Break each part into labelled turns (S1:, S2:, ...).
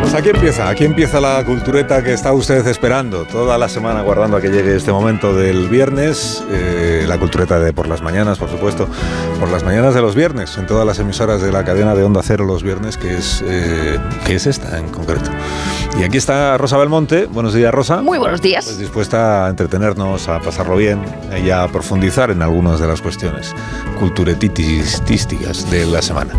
S1: Pues aquí empieza, aquí empieza la cultureta que está usted esperando. Toda la semana guardando a que llegue este momento del viernes. eh, la cultureta de por las mañanas, por supuesto. Por las mañanas de los viernes, en todas las emisoras de la cadena de Onda Cero los viernes, que es, eh, que es esta en concreto. Y aquí está Rosa Belmonte. Buenos días, Rosa.
S2: Muy buenos
S1: Pues
S2: días.
S1: dispuesta a entretenernos, a pasarlo bien y a profundizar en algunas de las cuestiones culturetitísticas de la semana.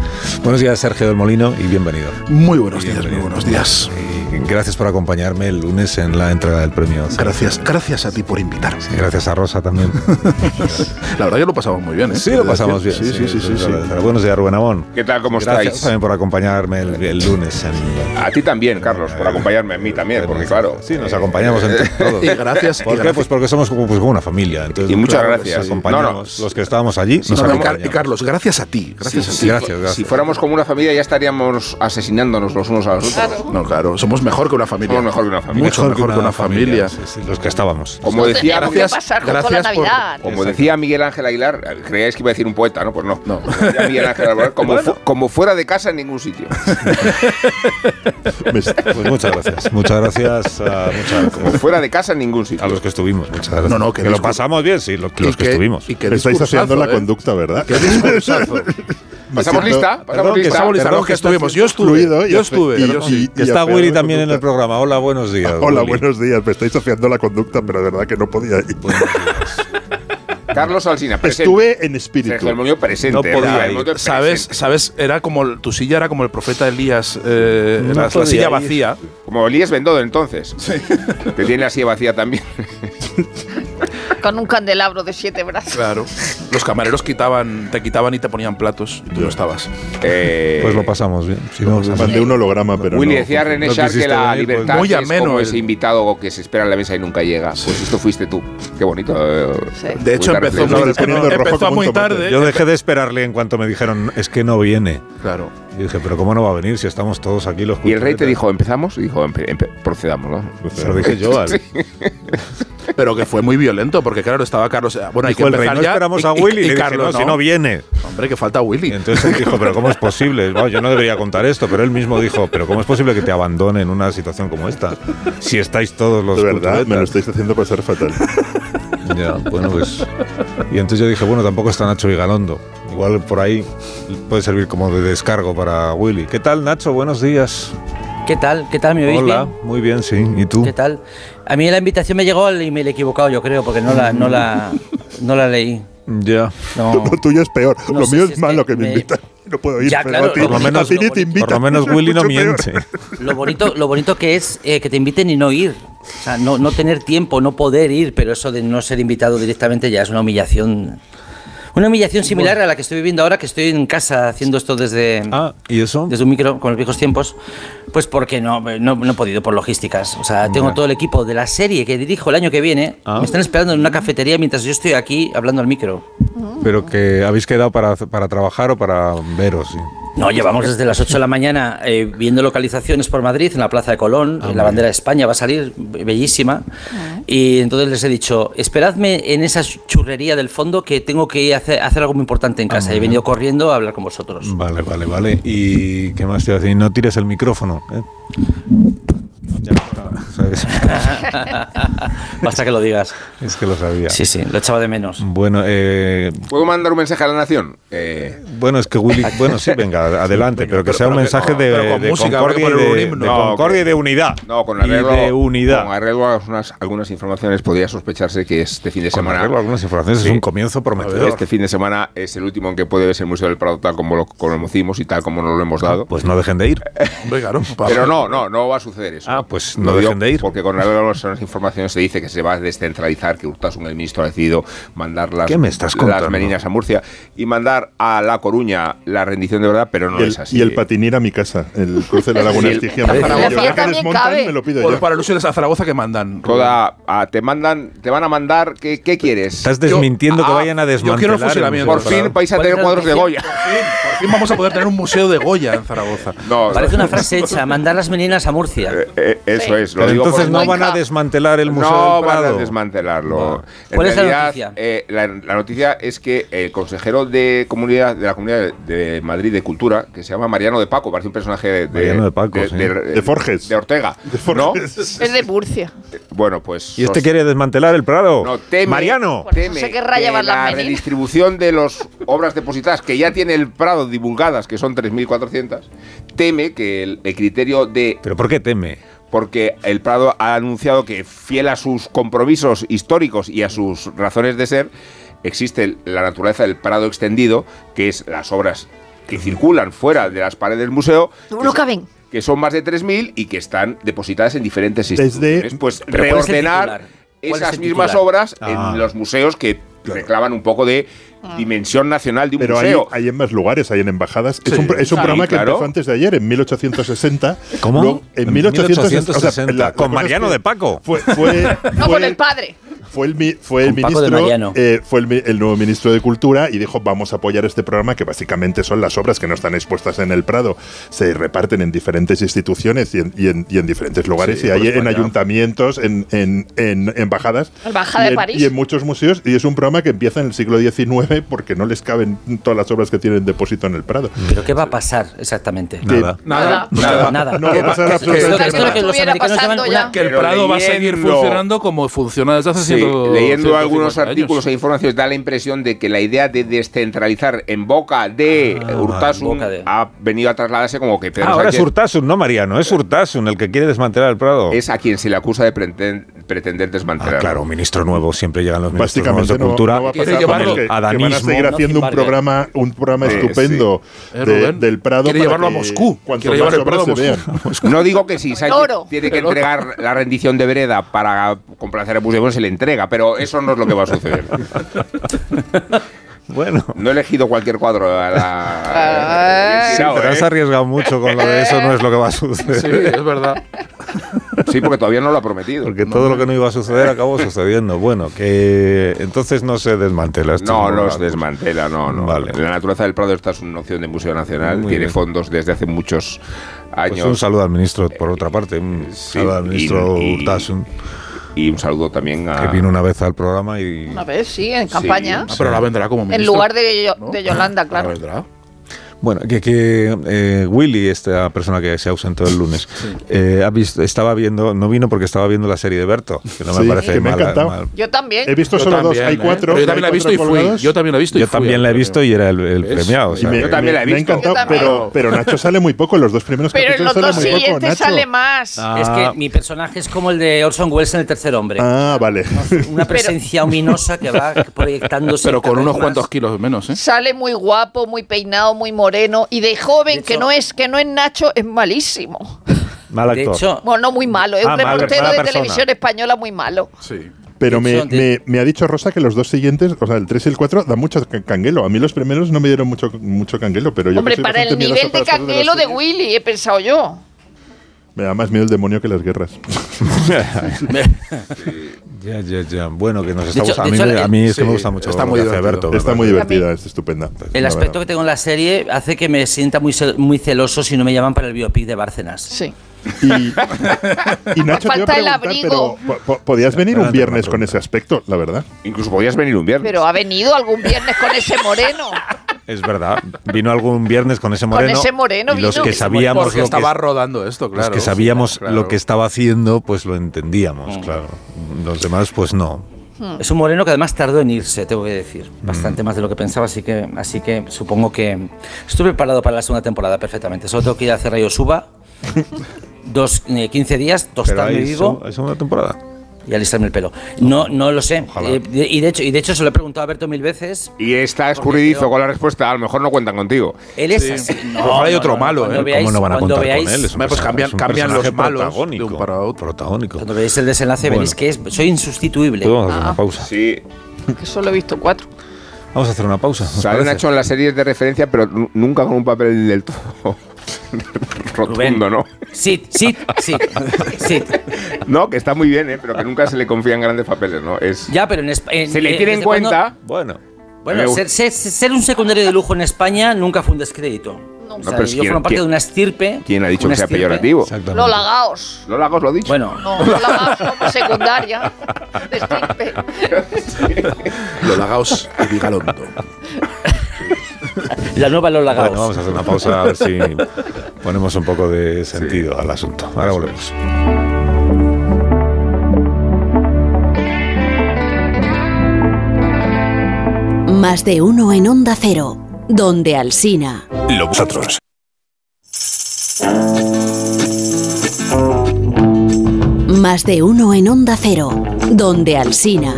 S1: Buenos días, Sergio del Molino, y bienvenido.
S3: Muy buenos días, muy
S1: Bienvenido.
S3: buenos días.
S1: Y Eh, gracias por acompañarme el lunes en la entrega del premio. César.
S3: Gracias, gracias a ti por invitarme.
S1: Y Gracias a Rosa también.
S3: La verdad que lo pasamos muy bien, ¿eh?
S1: Sí, lo pasamos bien.
S3: Sí, sí, sí, sí. sí.
S1: Pero Buenos días, Rubén Amón.
S4: ¿Qué tal? ¿Cómo
S1: Gracias
S4: estáis?
S1: también por acompañarme el, el lunes. en-
S4: A ti también, Carlos, por acompañarme a mí también, porque claro.
S1: Sí, nos
S4: eh,
S1: acompañamos entre todos.
S3: Y gracias. y
S1: ¿Por qué?
S3: gracias.
S1: Pues porque somos como, pues como una familia. Entonces,
S4: Y muchas
S1: nos
S4: gracias.
S1: acompañamos.
S4: No, no.
S1: Los que estábamos allí nos
S3: No, no, y Car-
S1: acompañamos.
S3: y Carlos, gracias a ti. Gracias a
S1: sí,
S3: ti.
S1: gracias.
S4: Si fuéramos como una familia ya estaríamos asesinándonos los unos a los otros.
S3: No, claro, somos mejor que una familia.
S4: Somos mejor que una familia.
S3: Mucho mejor que una familia.
S1: sí, sí, los que estábamos.
S4: Como decía,
S2: Tenemos que pasar junto a la
S3: gracias por-
S2: Navidad.
S4: como decía Miguel Ángel Aguilar, creíais que iba a decir un poeta, ¿no? Pues no.
S3: No.
S4: Decía Miguel Ángel Aguilar, como, fu- como fuera de casa en ningún sitio.
S1: Pues muchas gracias. Muchas gracias a, muchas
S4: Como
S1: gracias
S4: fuera de casa en ningún sitio.
S1: a los que estuvimos. Muchas gracias.
S3: No, no, que
S1: que lo
S3: discul-
S1: pasamos bien, sí, lo- los que,
S3: Y qué-
S1: estuvimos.
S3: Y que
S5: Estáis haciendo
S3: ¿eh?
S5: la conducta, ¿verdad?
S1: Perdón,
S4: Pasamos lista, pasamos
S1: que
S4: lista.
S1: estamos
S3: Perdón,
S1: Perdón,
S3: que
S1: que está
S3: estuvimos. Yo estuve.
S5: Fluido y
S3: yo
S5: afe-
S3: estuve.
S5: y-
S3: yo
S5: y-
S3: sí.
S1: Y
S5: y
S1: está
S5: apenas
S1: Willy
S5: la
S1: también en el
S5: conducta.
S1: programa. Hola, buenos días.
S5: Hola,
S1: Willy.
S5: buenos días. Me estáis afiando la conducta, pero de verdad que no podía ir.
S4: Carlos Alsina, presente.
S5: Estuve en
S4: Sergio del
S5: espíritu.
S4: Molino, presente.
S1: No podía
S4: ¿verdad?
S1: ir.
S4: El voto es
S3: ¿Sabes?
S4: presente.
S3: ¿Sabes? Era como. el- Tu silla era como el profeta Elías. eh,
S1: No
S3: la, la
S1: podía
S3: silla
S1: ir.
S3: vacía.
S4: Como Elías Bendodo entonces. Que tiene la silla vacía también.
S2: Con un candelabro de siete brazos.
S3: Claro. Los camareros quitaban, te quitaban y te ponían platos. Y tú no estabas.
S4: Eh,
S1: Pues lo pasamos bien. Si no,
S5: Mandé un holograma, pero
S4: Willy
S5: no.
S4: decía René
S1: no
S4: Char que
S1: quisiste
S4: la
S1: venir, pues,
S4: libertad
S3: muy
S4: es
S3: ameno
S4: como
S3: el-
S4: ese invitado que se espera en la mesa y nunca llega. Pues esto fuiste tú. Qué bonito. eh,
S2: Sí.
S3: De hecho,
S4: bonita
S3: empezó
S4: reflexión.
S3: muy,
S5: Estaba poniendo rojo
S3: empezó
S5: como un
S3: muy
S5: tomate.
S3: tarde.
S1: yo dejé de esperarle en cuanto me dijeron, es que no viene.
S3: Claro.
S1: Y dije, pero ¿cómo no va a venir si estamos todos aquí los
S4: Y el rey te
S1: culturetas?".
S4: dijo, ¿empezamos? Y dijo, "Empe- empe- procedamos, ¿no?
S1: Se lo dije yo al.
S3: Pero que fue muy violento, porque claro, estaba Carlos. eh, Bueno, hay que
S1: Dijo el rey,
S3: empezar
S1: no
S3: ya.
S1: esperamos
S3: Y-
S1: a
S3: y-
S1: Willy.
S3: y
S1: Y le dije,
S3: Carlos,
S1: no, si no viene.
S3: Hombre, que falta
S1: Y
S3: Willy.
S1: entonces él dijo, pero ¿cómo es posible? Bueno, yo no debería contar esto, pero él mismo dijo, pero ¿cómo es posible que te abandone en una situación como esta? Si estáis todos los
S5: De verdad,
S1: culturetas".
S5: me lo estáis haciendo pasar fatal.
S1: Ya, bueno, pues. Y entonces yo dije, bueno, tampoco está Nacho Vigalondo. Igual por ahí puede servir como de descargo para Willy. ¿Qué tal, Nacho? Buenos días.
S6: ¿Qué tal? ¿Qué tal? ¿Me oís
S1: Hola,
S6: bien?
S1: muy bien, sí. ¿Y tú?
S6: ¿Qué tal? A mí la invitación me llegó y me la he equivocado, yo creo, porque no la, no la, no la leí.
S1: Ya.
S6: No.
S5: Lo tuyo es peor.
S6: No
S5: lo
S6: sé
S5: mío
S6: si
S5: es
S6: es
S5: malo
S6: que
S5: que me,
S6: me-
S5: invitan. No puedo ir,
S6: Ya,
S5: pero
S6: claro,
S5: a ti,
S6: por lo
S5: a
S1: menos-
S5: ti ni te
S6: por lo
S5: invitan.
S1: Por lo menos
S5: Es mucho
S1: Willy no
S5: peor.
S1: miente.
S6: Lo bonito, lo bonito que es eh, que te inviten y no ir. O sea, no, no tener tiempo, no poder ir, pero eso de no ser invitado directamente ya es una humillación. Una humillación similar a la que estoy viviendo ahora, que estoy en casa haciendo esto desde,
S1: Ah, ¿y eso?
S6: desde un micro con los viejos tiempos, pues porque no, no, no he podido por logísticas. O sea, tengo
S1: Ya.
S6: todo el equipo de la serie que dirijo el año que viene.
S1: Ah.
S6: Me están esperando en una cafetería mientras yo estoy aquí hablando al micro.
S1: Pero que habéis quedado para, para trabajar o para veros. sí.
S6: No, llevamos desde las 8 de la mañana eh, viendo localizaciones por Madrid, en la Plaza de Colón,
S1: Ah,
S6: en la bandera de España va a salir, be- bellísima. Y entonces les he dicho, esperadme en esa churrería del fondo que tengo que ir a hacer, hacer algo muy importante en casa. He venido corriendo a hablar con vosotros.
S1: Ah, Vale, vale, vale. ¿Y qué más te iba a decir? No tires el micrófono. ¿eh? Ya está. ¿sabes?
S6: Basta que lo digas.
S1: es que lo sabía.
S6: Sí, sí, lo echaba de menos.
S1: Bueno, eh,
S4: ¿Puedo mandar un mensaje a la nación? Eh,
S1: bueno, es que Willy, bueno, sí, venga, adelante, pero que sea un
S3: pero que-
S1: mensaje
S3: no,
S1: de,
S3: pero con
S1: de
S3: música,
S1: concordia, y
S3: habrá que poner
S1: de,
S3: un himno.
S1: de
S3: No,
S1: concordia y de unidad.
S4: no, con
S1: Y
S4: arreglo,
S1: de unidad.
S4: Con arreglo a unas- algunas informaciones podría sospecharse que este fin de
S1: Con
S4: semana
S1: arreglo a algunas informaciones es
S4: Sí.
S1: un comienzo prometedor.
S4: Este fin de semana es el último en que puede verse el Museo del Prado tal como lo conocimos y tal como nos lo hemos dado.
S1: Pues no dejen de ir.
S3: Hombre, claro. pa-
S4: Pero no, no, no va a suceder eso.
S1: Ah, pues no
S4: Lo digo
S1: dejen de ir.
S4: Porque con las informaciones se dice que se va a descentralizar, que Urtasun, el ministro, ha decidido mandar las,
S1: ¿Qué me estás contando?
S4: las meninas a Murcia y mandar a La Coruña la rendición de verdad, pero no
S5: y, el,
S4: es así. ¿eh?
S5: y el patinir a mi casa, el cruce de la
S4: Sí,
S5: Laguna
S4: el-
S5: Estigia.
S3: La
S5: me-
S3: Zaragoza
S5: yo creo que
S2: también
S5: desmontan,
S2: cabe.
S5: Me lo pido
S3: Por-
S5: yo.
S3: para alusiones a Zaragoza que mandan.
S4: Toda, ah, te mandan, te van a mandar, ¿qué, qué quieres?
S1: Estás desmintiendo que
S4: ah,
S1: vayan a
S3: yo quiero
S1: desmantelar. el
S3: fusilamiento.
S4: Por
S1: Museo del
S4: fin
S1: Prado.
S4: vais a
S6: ¿Cuál
S4: tener
S6: era la
S4: cuadros de
S6: noticia?
S4: Goya.
S3: Por fin vamos a poder tener un museo de Goya en Zaragoza.
S4: No,
S6: Parece una frase hecha, mandar las meninas a Murcia.
S4: eh, eh, eso
S2: Sí.
S4: es. Lo
S1: Pero
S4: digo
S1: entonces
S4: por-
S1: no van a desmantelar el Museo
S4: no
S1: del Prado.
S4: van a desmantelarlo. En
S6: ¿Cuál es la
S4: realidad,
S6: noticia?
S4: eh, la, la noticia es que el consejero de comunidad de la comunidad de Madrid de Cultura, que se llama Mariano de Paco, parece un personaje de,
S1: Mariano de Paco, sí.
S5: De Forges.
S4: de Ortega, ¿no?
S2: Es de Murcia.
S4: Bueno, pues
S1: ¿Y este
S4: os-
S1: quiere desmantelar el Prado?
S4: no, teme-
S1: Mariano.
S2: Por eso
S4: teme
S6: Pues
S2: se querrá
S4: que
S2: llevar las
S4: la
S2: meninas.
S4: redistribución de las obras depositadas que ya tiene el Prado divulgadas, que son 3.400, teme que el- el criterio de
S1: ¿Pero por qué teme?
S4: porque el Prado ha anunciado que, fiel a sus compromisos históricos y a sus razones de ser, existe la naturaleza del Prado extendido, que es las obras que circulan fuera de las paredes del museo,
S2: No,
S4: que
S2: no
S4: son-
S2: caben.
S4: que son más de 3.000 y que están depositadas en diferentes
S5: Desde-
S4: instituciones. Pues
S6: ¿Pero cuál es el
S4: reordenar
S6: titular? ¿Cuál es
S4: esas
S6: el
S4: mismas
S6: titular?
S4: obras
S1: Ah.
S4: en los museos que reclaman un poco de
S2: Ah.
S4: dimensión nacional de un
S5: Pero hay,
S4: museo.
S5: hay en más lugares, hay en embajadas. Es
S3: Sí.
S5: un, pro- es un
S4: Sí, Ah,
S5: programa que
S4: claro.
S5: empezó antes de ayer, en 1860.
S1: ¿Cómo?
S5: Luego, en 1860. o sea,
S1: 1860,
S5: la- la
S1: con
S5: cosa es
S1: Mariano
S5: que
S1: de Paco.
S5: Fue, fue,
S2: No
S5: fue-
S2: con el padre.
S5: Fue el, mi- fue el
S6: Con Paco de
S5: ministro,
S6: Mariano.
S5: eh, fue el, mi- el nuevo ministro de Cultura y dijo vamos a apoyar este programa que básicamente son las obras que no están expuestas en el Prado, se reparten en diferentes instituciones y en, y en- y en diferentes lugares
S3: Sí,
S5: y hay
S3: por
S5: en
S3: España.
S5: ayuntamientos, en, en- en embajadas
S2: Embajada
S5: y,
S2: de
S5: en,
S2: París.
S5: y en muchos museos y es un programa que empieza en el siglo XIX porque no les caben todas las obras que tienen depósito en el Prado.
S6: ¿Pero qué va a pasar exactamente?
S1: Nada.
S3: Nada,
S2: Nada.
S3: nada.
S6: Nada.
S5: No va a pasar
S3: Que-
S6: Esto,
S5: absolutamente
S6: esto es lo
S5: nada.
S6: que los
S2: Estuviera
S6: americanos llaman
S2: pasando
S6: una-
S2: ya.
S3: Que el
S4: Pero
S3: Prado va a seguir
S4: leyendo-
S3: funcionando como funciona desde hace
S4: Sí,
S3: 100
S4: leyendo
S3: 150
S4: algunos
S3: años.
S4: artículos e informaciones da la impresión de que la idea de descentralizar en boca de
S1: Ah,
S4: Urtasun
S6: en boca de-
S4: ha venido a trasladarse como que Pedro
S1: Ah, ahora es
S4: Sánchez
S1: Urtasun, no Mariano. Es Urtasun el que quiere desmantelar el Prado.
S4: es a quien se le acusa de preten- pretender desmantelar.
S1: Ah, claro, un ministro nuevo. Siempre llegan los ministros nuevos
S5: Básicamente
S1: de
S5: no,
S1: cultura.
S5: no va a
S3: Quiere
S5: pasar
S3: llevarlo-
S5: porque- que van a
S1: adanismo,
S5: seguir
S6: ¿no?
S5: haciendo un
S6: Sin
S5: programa, un programa
S4: Eh,
S5: estupendo
S3: Eh,
S5: de-
S3: Rubén,
S5: del Prado.
S3: quiere
S5: para
S3: llevarlo a
S5: que
S3: Moscú,
S5: cuanto
S3: quiere llevar
S5: más
S3: el Prado
S5: obras
S3: a
S5: se
S3: Moscú.
S5: vean.
S1: pues
S4: No digo que si Sánchez
S2: oro.
S4: tiene que entregar la rendición de Vereda para complacer a Puigdemont se le entrega, pero eso no es lo que va a suceder.
S1: Bueno.
S4: No he elegido cualquier cuadro a la...
S2: Ah.
S4: Bien
S1: Sí,
S4: tirado,
S1: pero has
S4: ¿eh?
S1: arriesgado mucho con lo de eso, no es lo que va a
S3: Sí,
S1: suceder.
S3: es verdad.
S4: Sí, porque todavía no lo ha prometido.
S1: Porque todo lo que no iba a suceder acabó sucediendo. Bueno, que entonces no se este desmantela. esto
S4: No,
S1: es
S4: no
S1: normal.
S4: se desmantela, no, no.
S1: Vale.
S4: La naturaleza del Prado esta es una opción de Museo Nacional,
S1: Muy
S4: tiene
S1: bien.
S4: fondos desde hace muchos años.
S1: Pues un saludo al ministro, por otra
S5: Eh,
S1: parte. Un
S4: sí,
S1: saludo al
S4: y-
S1: ministro
S4: y-
S1: Urtasun,
S4: Y un saludo también a...
S1: que vino una vez al programa y.
S2: Una vez, sí, en campaña.
S3: Ah, pero ahora vendrá como ministro.
S2: En lugar de, Yo-
S3: ¿no? Ah,
S2: de Yolanda,
S3: Ahora
S2: claro.
S3: vendrá.
S1: Bueno, que, que, eh, Willy, esta persona que se ausentó el lunes, eh, ha visto, estaba viendo, no vino porque estaba viendo la serie de Berto, que no me
S5: Sí,
S1: parece
S5: que me ha
S1: mala-
S5: encantado.
S1: mal.
S2: Yo también.
S5: He visto
S3: Yo
S5: solo dos,
S3: también,
S5: hay
S3: ¿eh?
S5: cuatro.
S3: Pero Yo también la he
S5: hay
S3: visto y
S5: cuatro
S3: fui.
S5: colgados.
S3: Yo también la he visto y
S1: Yo
S3: fui,
S1: también la he
S3: creo.
S1: visto y era el, el
S3: Es-
S1: premiado. o
S5: Y
S1: sea,
S5: me-
S1: que-
S4: yo también la he
S5: me ha
S4: visto.
S5: encantado,
S2: Yo también.
S5: Pero, pero Nacho sale muy poco en los dos primeros
S2: Pero en
S5: capítulos.
S2: los dos
S5: sale muy poco,
S2: siguientes
S5: Nacho.
S2: sale más.
S1: Ah.
S6: Es que mi personaje es como el de Orson Welles en El Tercer Hombre.
S5: Ah, vale.
S6: Una presencia ominosa que va proyectándose.
S3: Pero con
S6: cada
S3: unos
S6: vez
S3: cuantos
S6: más.
S3: kilos menos, ¿eh?
S2: Sale muy guapo, muy peinado, muy moreno. Y de joven,
S6: De hecho-
S2: que no es que no es Nacho, es malísimo.
S1: mal
S6: De
S1: actor.
S6: hecho,
S2: Bueno, no muy malo. Es
S1: Ah,
S2: un
S1: mala-
S2: reportero
S1: mala
S2: de
S1: persona.
S2: televisión española muy malo.
S3: Sí.
S5: Pero me,
S6: Son de-
S5: me- me ha dicho Rosa que los dos siguientes, o sea, el 3 y el 4, dan mucho ca- canguelo. A mí los primeros no me dieron mucho, mucho canguelo, pero yo. que
S2: Hombre,
S5: soy
S2: para el
S5: bastante
S2: nivel
S5: miedoso
S2: de
S5: para hacer las
S2: canguelo de
S5: series,
S2: Willy, he pensado yo.
S5: Me da más miedo el demonio que las guerras.
S1: Ya, ya, ya. Bueno, que nos
S6: De
S1: estamos.
S6: hecho-
S1: a,
S6: de
S1: mí,
S6: hecho,
S1: me-
S6: el-
S1: a mí es que
S3: sí,
S1: me gusta mucho.
S3: está
S1: lo que
S3: muy
S1: hace
S3: divertido.
S1: Berto,
S5: Está
S1: ¿verdad?
S5: muy
S2: también.
S5: divertida, es estupenda.
S6: el
S5: la
S6: aspecto que
S5: verdad.
S6: tengo en la serie hace que me sienta muy, cel- muy celoso si no me llaman para el biopic de Bárcenas.
S2: Sí.
S5: Y, y Nacho, te iba
S2: Falta
S5: a
S2: el
S5: preguntar,
S2: abrigo.
S5: pero po- po- ¿podías venir un
S1: Espérate,
S5: viernes
S1: una
S5: con ese aspecto, la verdad?
S4: Incluso podías venir un viernes.
S2: Pero ha venido algún viernes con ese moreno.
S1: Es verdad. Vino algún viernes con ese
S2: Con
S1: moreno.
S2: ese moreno
S1: y los
S2: vino.
S1: que
S2: Ese
S1: sabíamos
S3: Porque
S1: lo
S3: estaba
S1: que,
S3: rodando esto, claro.
S1: los que sabíamos
S3: Claro.
S1: lo que estaba haciendo, pues lo
S6: Mm.
S1: entendíamos, claro. Los demás, pues no.
S6: Es un moreno que además tardó en irse, tengo que decir. Bastante más de lo que pensaba, así que, así que supongo que estoy preparado para la segunda temporada perfectamente. Solo tengo que ir a hacer rayos uva, dos, eh, 15 días,
S1: Pero
S6: tostarme
S1: ahí
S6: vivo
S1: es una temporada.
S6: y alistarme el pelo. No, no lo sé.
S1: Ojalá.
S6: Eh, de- y, de hecho, y de hecho se lo he preguntado a Berto mil veces.
S4: Y está escurridizo con la respuesta, a lo mejor no cuentan contigo.
S6: Él es así. No,
S3: Ojalá hay
S6: no,
S3: otro
S6: no,
S3: malo,
S6: cuando
S3: ¿eh? ¿Cómo
S6: veáis-
S1: ¿Cómo no van a
S6: cuando
S1: contar
S6: veis
S1: con él? Es un
S3: Hombre, pues
S1: personaje-
S3: cambian-
S1: es un
S3: cambian los
S1: personaje
S3: malos
S1: protagónico,
S3: de un para otro.
S1: Protagónico.
S6: Cuando veáis Ah. el desenlace
S1: Bueno.
S6: veréis que es, soy insustituible.
S1: Podemos hacer una pausa.
S4: Sí,
S2: Que solo he visto cuatro.
S1: Vamos a hacer una pausa. ¿os
S4: sale
S1: parece?
S4: Nacho en las series de referencia, pero nu- nunca con un papel del todo
S6: Rubén.
S4: rotundo, ¿no?
S6: Sit, sit, sit, sit.
S4: No, que está muy bien, ¿eh? pero que nunca se le confían grandes papeles, ¿no? Es,
S6: Ya, eh, pero en España.
S4: se le tiene en cuenta.
S1: Bueno,
S4: Me
S6: Bueno,
S4: gusta.
S6: ser, ser- ser un secundario de lujo en España nunca fue un descrédito. O sea,
S4: pero es
S6: yo
S4: quien-
S6: formo parte
S4: quien-
S6: de una estirpe.
S4: ¿Quién ha dicho
S6: una
S4: que sea
S6: estirpe-
S4: peyorativo?
S1: exactamente.
S2: Lola Gaos.
S4: No lo hagas, lo he dicho.
S6: Bueno,
S2: No, Lola Gaos como secundaria. De estirpe.
S3: Lo lagaos y vigalondo.
S6: la nueva Lola Gaos.
S1: Bueno, vamos a hacer una pausa a ver si ponemos un poco de sentido al asunto. Ahora volvemos.
S7: Más de uno en Onda Cero, donde Alsina.
S8: Lo vosotros.
S7: Más de uno en Onda Cero, donde Alsina.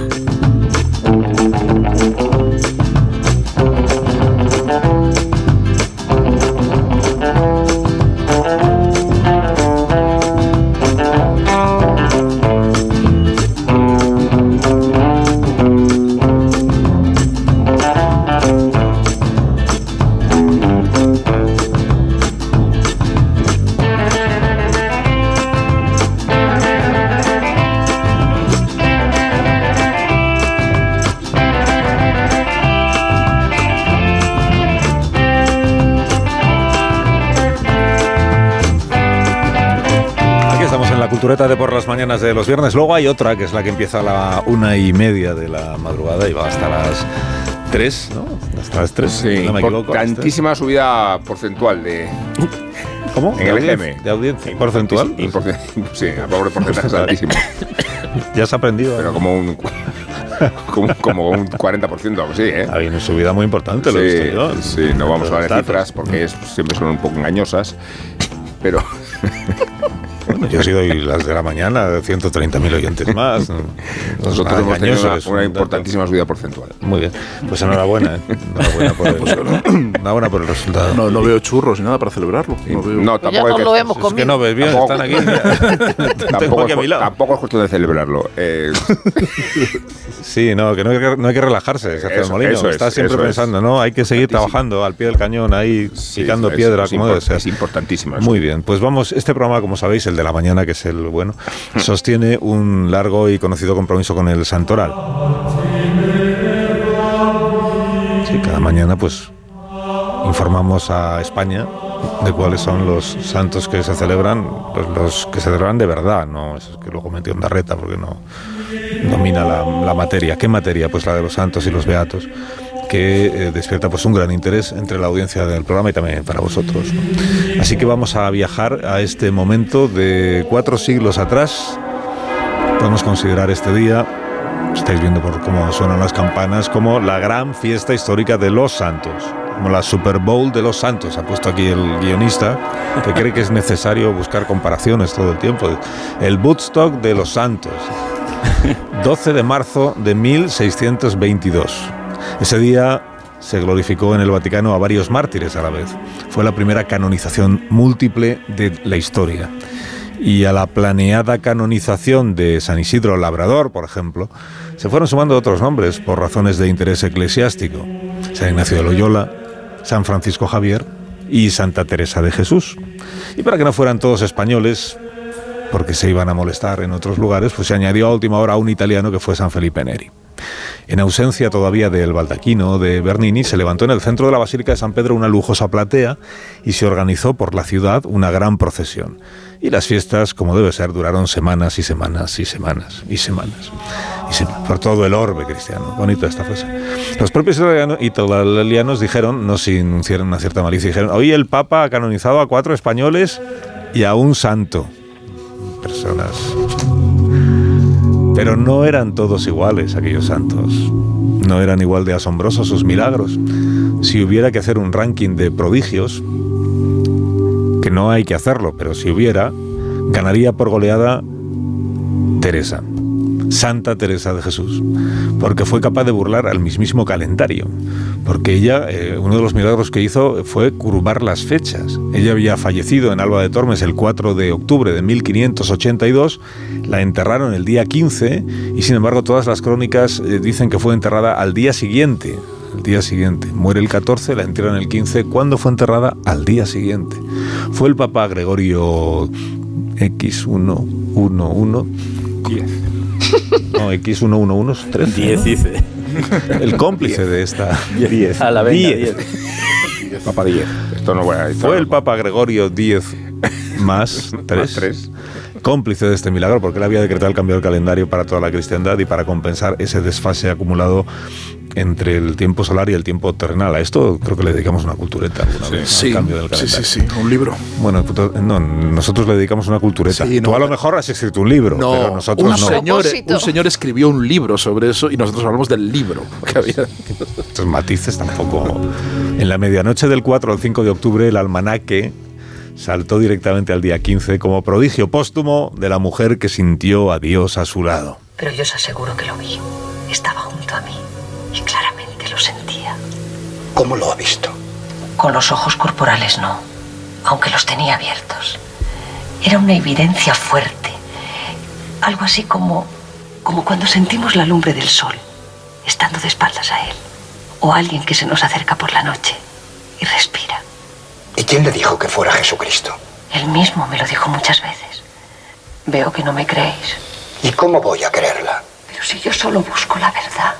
S1: Aquí estamos en la cultureta de por las mañanas de los viernes. Luego hay otra que es la que empieza a la una y media de la madrugada y va hasta las tres, ¿no? Hasta las tres,
S4: Sí,
S1: si no me equivoco. este. a las tres.
S4: Pues, importantísima subida porcentual de.
S1: ¿Cómo?
S4: en
S1: ¿De
S4: el
S1: audiencia?
S4: FM.
S1: ¿De audiencia? ¿Porcentual?
S4: Importe- sí, a pobre porcentaje es altísimo.
S1: Ya has aprendido.
S4: Pero
S1: ¿eh?
S4: como un. Como, como un 40%, algo así, ¿eh?
S1: Ha habido una subida muy importante, lo he
S4: Sí,
S1: visto yo.
S4: sí, no vamos a hablar de
S1: Los
S4: cifras
S1: datos.
S4: porque es- siempre son un poco engañosas. Pero.
S1: Bueno, yo he sido hoy las de la mañana, 130.000 oyentes más. No es
S4: Nosotros
S1: nada
S4: hemos tenido
S1: engañoso,
S4: una,
S1: es
S4: una
S1: un dato.
S4: importantísima subida porcentual.
S1: Muy bien. Pues enhorabuena, ¿eh? Enhorabuena por el,
S4: Pues
S1: enhorabuena por el resultado.
S3: No, no veo churros ni nada para celebrarlo. No veo-
S4: No,
S2: Pues ya
S4: tampoco
S2: nos
S4: hay
S2: lo
S4: que-
S2: hemos
S1: Es que
S2: comido.
S1: no ves bien,
S4: Tampoco-
S1: están aquí. Tengo
S4: Tampoco
S1: aquí
S4: es,
S1: a mi
S4: cu-
S1: lado.
S4: tampoco es cuestión de celebrarlo. eh,
S1: Sí, no, que no hay que, no hay que relajarse, Sergio
S4: Eso-
S1: Molino.
S4: eso es,
S1: Está siempre
S4: eso es.
S1: pensando, ¿no? Hay que seguir trabajando al pie del cañón, ahí
S4: sí,
S1: picando
S4: es-
S1: piedra,
S4: es
S1: como
S4: impor-
S1: debe ser.
S4: Es importantísimo. eso.
S1: Muy bien, pues vamos, este programa, como sabéis, el de la mañana, que es el bueno, sostiene un largo y conocido compromiso con el Santoral. Sí, cada mañana pues informamos a España de cuáles son los santos que se celebran, los, los que se celebran de verdad, no es que luego metió onda reta porque no domina la, la materia. ¿Qué materia? Pues la de los santos y los beatos que eh, despierta pues un gran interés entre la audiencia del programa y también para vosotros. ¿no? Así que vamos a viajar a este momento de cuatro siglos atrás. Podemos considerar este día Estáis viendo por cómo suenan las campanas, como la gran fiesta histórica de los santos, como la Super Bowl de los santos, ha puesto aquí el guionista, que cree que es necesario buscar comparaciones todo el tiempo. El Woodstock de los santos, 12 de marzo de 1622. Ese día se glorificó en el Vaticano a varios mártires a la vez. Fue la primera canonización múltiple de la historia y a la planeada canonización de San Isidro Labrador, por ejemplo, se fueron sumando otros nombres por razones de interés eclesiástico. San Ignacio de Loyola, San Francisco Javier y Santa Teresa de Jesús. Y para que no fueran todos españoles, porque se iban a molestar en otros lugares, pues se añadió a última hora un italiano que fue San Felipe Neri. En ausencia todavía del baldaquino de Bernini, se levantó en el centro de la Basílica de San Pedro una lujosa platea y se organizó por la ciudad una gran procesión. Y las fiestas, como debe ser, duraron semanas y semanas y semanas y semanas. Y semanas por todo el orbe cristiano. Bonita esta frase. Los propios italiano- italianos dijeron, no sin cier- una cierta malicia, dijeron, hoy el Papa ha canonizado a cuatro españoles y a un santo. Personas pero no eran todos iguales aquellos santos. No eran igual de asombrosos sus milagros. Si hubiera que hacer un ranking de prodigios, que no hay que hacerlo, pero si hubiera, ganaría por goleada Teresa, Santa Teresa de Jesús, porque fue capaz de burlar al mismísimo calendario, porque ella, eh, uno de los milagros que hizo fue curvar las fechas. Ella había fallecido en Alba de Tormes el 4 de octubre de 1582, la enterraron el día 15 y sin embargo todas las crónicas eh, dicen que fue enterrada al día siguiente. Al día siguiente. Muere el 14, la entierran el 15. ¿Cuándo fue enterrada? Al día siguiente. Fue el Papa Gregorio X111. 10. No, X111 es 13. ¿no?
S6: 10 dice.
S1: El cómplice de esta.
S4: Diez.
S6: A la vez.
S1: Diez.
S4: Papa diez. Esto no bueno, esto
S1: Fue
S4: no-
S1: el Papa Gregorio X más 3.
S4: Más tres.
S1: Cómplice de este milagro, porque él había decretado el cambio del calendario para toda la cristiandad y para compensar ese desfase acumulado entre el tiempo solar y el tiempo terrenal. A esto creo que le dedicamos una cultureta alguna vez, al cambio del
S3: sí,
S1: calendario.
S3: sí, sí, un libro.
S1: Bueno, puto- no, nosotros le dedicamos una cultureta.
S3: Sí, no. eh.
S1: Tú a lo mejor has escrito un libro, pero nosotros
S3: un,
S1: no.
S2: se-
S3: Señor,
S2: Propósito.
S3: un señor escribió un libro sobre eso y nosotros hablamos del libro que había.
S1: Estos matices tampoco. En la medianoche del 4 al 5 de octubre, el almanaque saltó directamente al día 15 como prodigio póstumo de la mujer que sintió a Dios a su lado.
S8: Pero yo os aseguro que lo vi. Estaba junto a mí y claramente lo sentía.
S9: ¿Cómo lo ha visto?
S8: Con los ojos corporales no, aunque los tenía abiertos. Era una evidencia fuerte. Algo así como, como cuando sentimos la lumbre del sol, estando de espaldas a él. O alguien que se nos acerca por la noche y respira.
S9: ¿Y quién le dijo que fuera Jesucristo?
S8: Él mismo me lo dijo muchas veces. Veo que no me creéis.
S9: ¿Y cómo voy a creerla?
S8: Pero si yo solo busco la verdad.